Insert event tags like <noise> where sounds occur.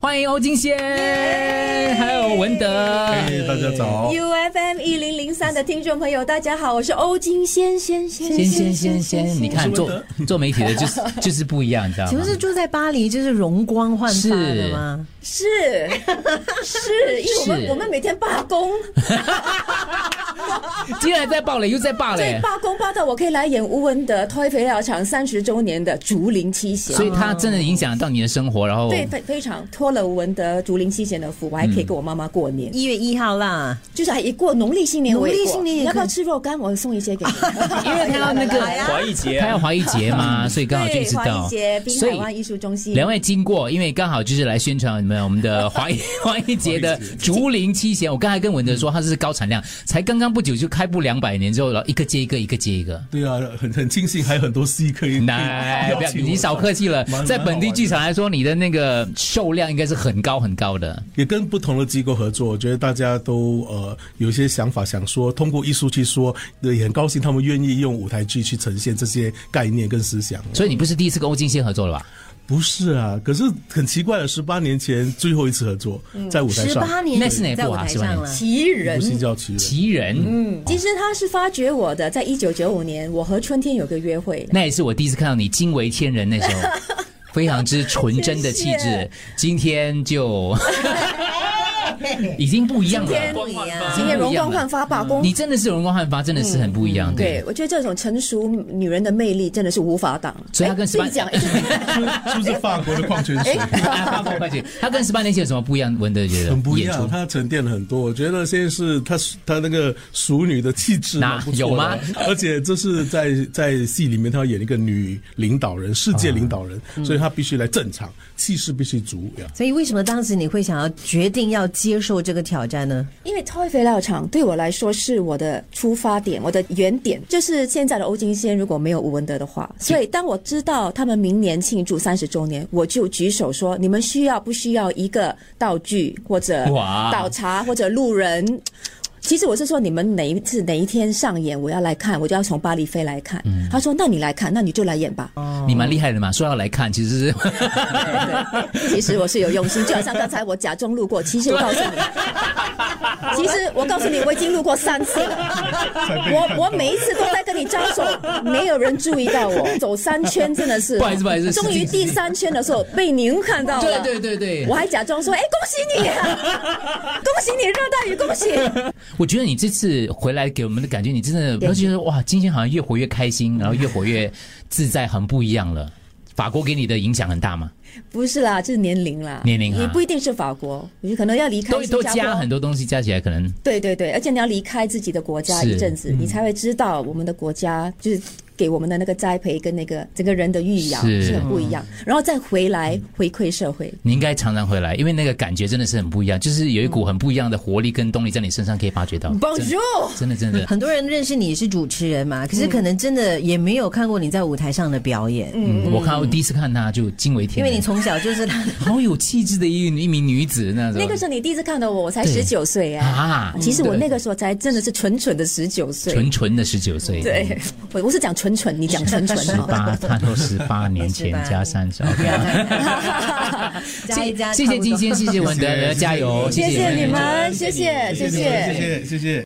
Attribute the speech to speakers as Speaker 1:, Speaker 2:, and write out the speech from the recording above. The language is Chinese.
Speaker 1: 欢迎欧金仙，还有文德。
Speaker 2: 嘿，哎大家早。
Speaker 3: UFM 一零零三的听众朋友，大家好，我是欧金仙仙仙
Speaker 1: 先先先
Speaker 3: <laughs>
Speaker 1: 先，你看做做媒体的就是就是不一样，你知道
Speaker 4: 啊请
Speaker 1: 吗
Speaker 4: 问？是住在巴黎就是容光焕发的吗？
Speaker 3: 是
Speaker 1: <laughs>
Speaker 3: 是，因为我
Speaker 1: 是
Speaker 3: 们我们每天罢工，
Speaker 1: 既然在爆雷，又在爆
Speaker 3: 对
Speaker 1: 雷，
Speaker 3: 罢工罢到我可以来演吴文的推肥料厂三十周年的竹林七贤
Speaker 1: 所。以它真的影响到你的生活，然后
Speaker 3: 对，非非常托了吴文德竹林七贤的福，我还可以跟我妈
Speaker 1: 嗯
Speaker 3: 妈过年，
Speaker 4: 一月一号啦，
Speaker 3: 就是还一过农历新年我也过，
Speaker 4: 农历新年也
Speaker 3: 你
Speaker 4: 可以
Speaker 3: 要不要吃肉干？我送一些给你，
Speaker 1: 因为他要那个
Speaker 5: 华谊节
Speaker 1: 他要
Speaker 5: 啊，
Speaker 1: 华谊节
Speaker 3: <laughs>
Speaker 1: 嘛，所以 <laughs> 刚好就
Speaker 3: 对，
Speaker 1: 知
Speaker 3: 华
Speaker 1: 道
Speaker 3: 谊节，滨
Speaker 1: 所
Speaker 3: 海
Speaker 1: 以。
Speaker 3: 湾艺术中心，
Speaker 1: 两位经过，因为刚好就是来宣传你们我们的华谊 <laughs> 华谊节的竹林七贤。我刚才跟文德说，它是高产量，才刚刚不久就开播两百年之后，然后一个接一个，一个接一个。
Speaker 2: 对啊，很很庆幸还有很多 C 可以。 <laughs>
Speaker 1: 来，不要你少客气了
Speaker 2: 蛮蛮好玩，的
Speaker 1: 在本地剧场来说，你的那个售量应该是很高很高的。
Speaker 2: 也跟不同的机构合作，我觉得大家都呃有一些想法想说，通过艺术去说，也很高兴他们愿意用舞台剧去呈现这些概念跟思想。
Speaker 1: 所以你不是第一次跟欧金仙合作了吧？
Speaker 2: 不是啊，可是很奇怪的，十八年前最后一次合作
Speaker 1: 嗯
Speaker 2: 在舞台
Speaker 4: 十
Speaker 2: 上，
Speaker 4: 八年
Speaker 1: 那是哪
Speaker 4: 在
Speaker 1: 部
Speaker 4: 舞
Speaker 1: 啊
Speaker 4: 台
Speaker 1: 是吧
Speaker 4: 上了，
Speaker 3: 奇人
Speaker 2: 不。是叫奇人。
Speaker 1: 奇人，嗯，
Speaker 3: 其实他是发掘我的，在一九九五年，我和春天有个约会，
Speaker 1: 那也是我第一次看到你惊为天人，那时候非常之纯真的气
Speaker 3: 谢
Speaker 1: 质
Speaker 3: 谢。
Speaker 1: 今天就已经不一样
Speaker 3: 今天
Speaker 1: 了。
Speaker 3: 今天容光焕发罢工。
Speaker 1: 啊你真的是容光焕发，真的是很不一样。
Speaker 3: 对，，我觉得这种成熟女人的魅力真的是无法挡。
Speaker 1: 所以她跟
Speaker 3: 哎
Speaker 1: 十八
Speaker 3: 自己讲，
Speaker 1: <laughs>
Speaker 3: 哎
Speaker 2: 是是不是法国的矿泉水？
Speaker 1: 啊八块钱，他跟十八年前有什么不一样？文德觉得
Speaker 2: 很不一
Speaker 1: 演出
Speaker 2: 样，它沉淀了很多。我觉得现在是它它那个熟女的气质
Speaker 1: 哪
Speaker 2: 蛮不错的
Speaker 1: 有吗？
Speaker 2: 而且这是在在戏里面，她要演一个女领导人，世界领导人，
Speaker 1: 啊
Speaker 2: 所以她必须来正场，气势必须足呀。
Speaker 4: 所以为什么当时你会想要决定要接受这个挑战
Speaker 2: <laughs>
Speaker 4: 呢？
Speaker 3: 因为 Toy 肥料厂对我来说是我的出发点，我的原点就是现在的欧金仙如果没有吴文德的话，所以当我知道他们明年庆祝三十周年，我就举手说：你们需要不需要一个道具或者
Speaker 1: 哇
Speaker 3: 倒茶或者路人？其实我是说，你们哪一次哪一天上演，我要来看，我就要从巴黎飞来看。
Speaker 1: 嗯
Speaker 3: 他说：“那你来看，那你就来演吧。
Speaker 1: 你蛮厉害的嘛，说要来看，其
Speaker 3: <laughs>
Speaker 1: 实是 <laughs>
Speaker 3: 哦其实我是有用心，就好像刚才我假装路过，其实我告诉你，
Speaker 1: <laughs>
Speaker 3: 其实我告诉你，我已经路过三次了。我我每一次都在跟你招手，没有人注意到我，走三圈真的是。
Speaker 1: 不好意思不好意思
Speaker 3: 终于第三圈的时候被您看到
Speaker 1: 对
Speaker 3: 了。
Speaker 1: 对对对
Speaker 3: 我。还假装说：“哎，恭喜你、啊
Speaker 1: <laughs>
Speaker 3: 恭喜你，热带鱼，恭喜！”
Speaker 1: 我觉得你这次回来给我们的感觉，你真的，我就觉得哇，今天好像越活越开心，然后越活越自在，很不一样了。法国给你的影响很大吗？
Speaker 3: 不是啦，这是年龄啦，
Speaker 1: 年龄啊
Speaker 3: 也不一定是法国，你可能要离开
Speaker 1: 都
Speaker 3: 新
Speaker 1: 都
Speaker 3: 加坡
Speaker 1: 加很多东西，加起来可能
Speaker 3: 对对对，而且你要离开自己的国家
Speaker 1: 是
Speaker 3: 一阵子，你才会知道我们的国家就是给我们的那个栽培跟那个整个人的育养
Speaker 1: 是
Speaker 3: 是很不一样，然后再回来回馈社会。
Speaker 1: 你应该常常回来，因为那个感觉真的是很不一样，就是有一股很不一样的活力跟动力在你身上可以发掘到。
Speaker 3: Bonjour，
Speaker 1: 真的真
Speaker 4: <laughs>
Speaker 1: 的，
Speaker 4: 很多人认识你是主持人嘛，可是可能真的也没有看过你在舞台上的表演，
Speaker 1: 嗯，我看到第一次看她就惊为
Speaker 4: 因
Speaker 1: 天
Speaker 4: 为
Speaker 1: 人，
Speaker 4: 你从小就是他。
Speaker 1: 好有气质的一一名女子那种。
Speaker 3: 那个时候你第一次看到我，我才
Speaker 1: 对
Speaker 3: 十九岁哎、
Speaker 1: 啊
Speaker 3: 其实我
Speaker 1: 对
Speaker 3: 那个时候才真的是纯纯的十九岁。
Speaker 1: 纯纯的十九岁，
Speaker 3: 对， <laughs> 我我是讲纯纯，你讲纯纯
Speaker 1: <laughs> 十
Speaker 3: 哈。
Speaker 1: 八，他说十八年前
Speaker 4: 18
Speaker 1: 加三十，OK 啊。
Speaker 2: 嗯
Speaker 4: <laughs>
Speaker 1: <laughs>
Speaker 4: 加一加
Speaker 1: 谢
Speaker 4: 差
Speaker 1: 谢 <laughs>
Speaker 4: 不多
Speaker 1: 金仙，谢谢文德，
Speaker 2: 谢谢
Speaker 1: 加油，
Speaker 3: 谢
Speaker 1: 谢
Speaker 3: 谢你
Speaker 1: 们
Speaker 3: 们，谢谢，谢谢。
Speaker 2: 谢谢。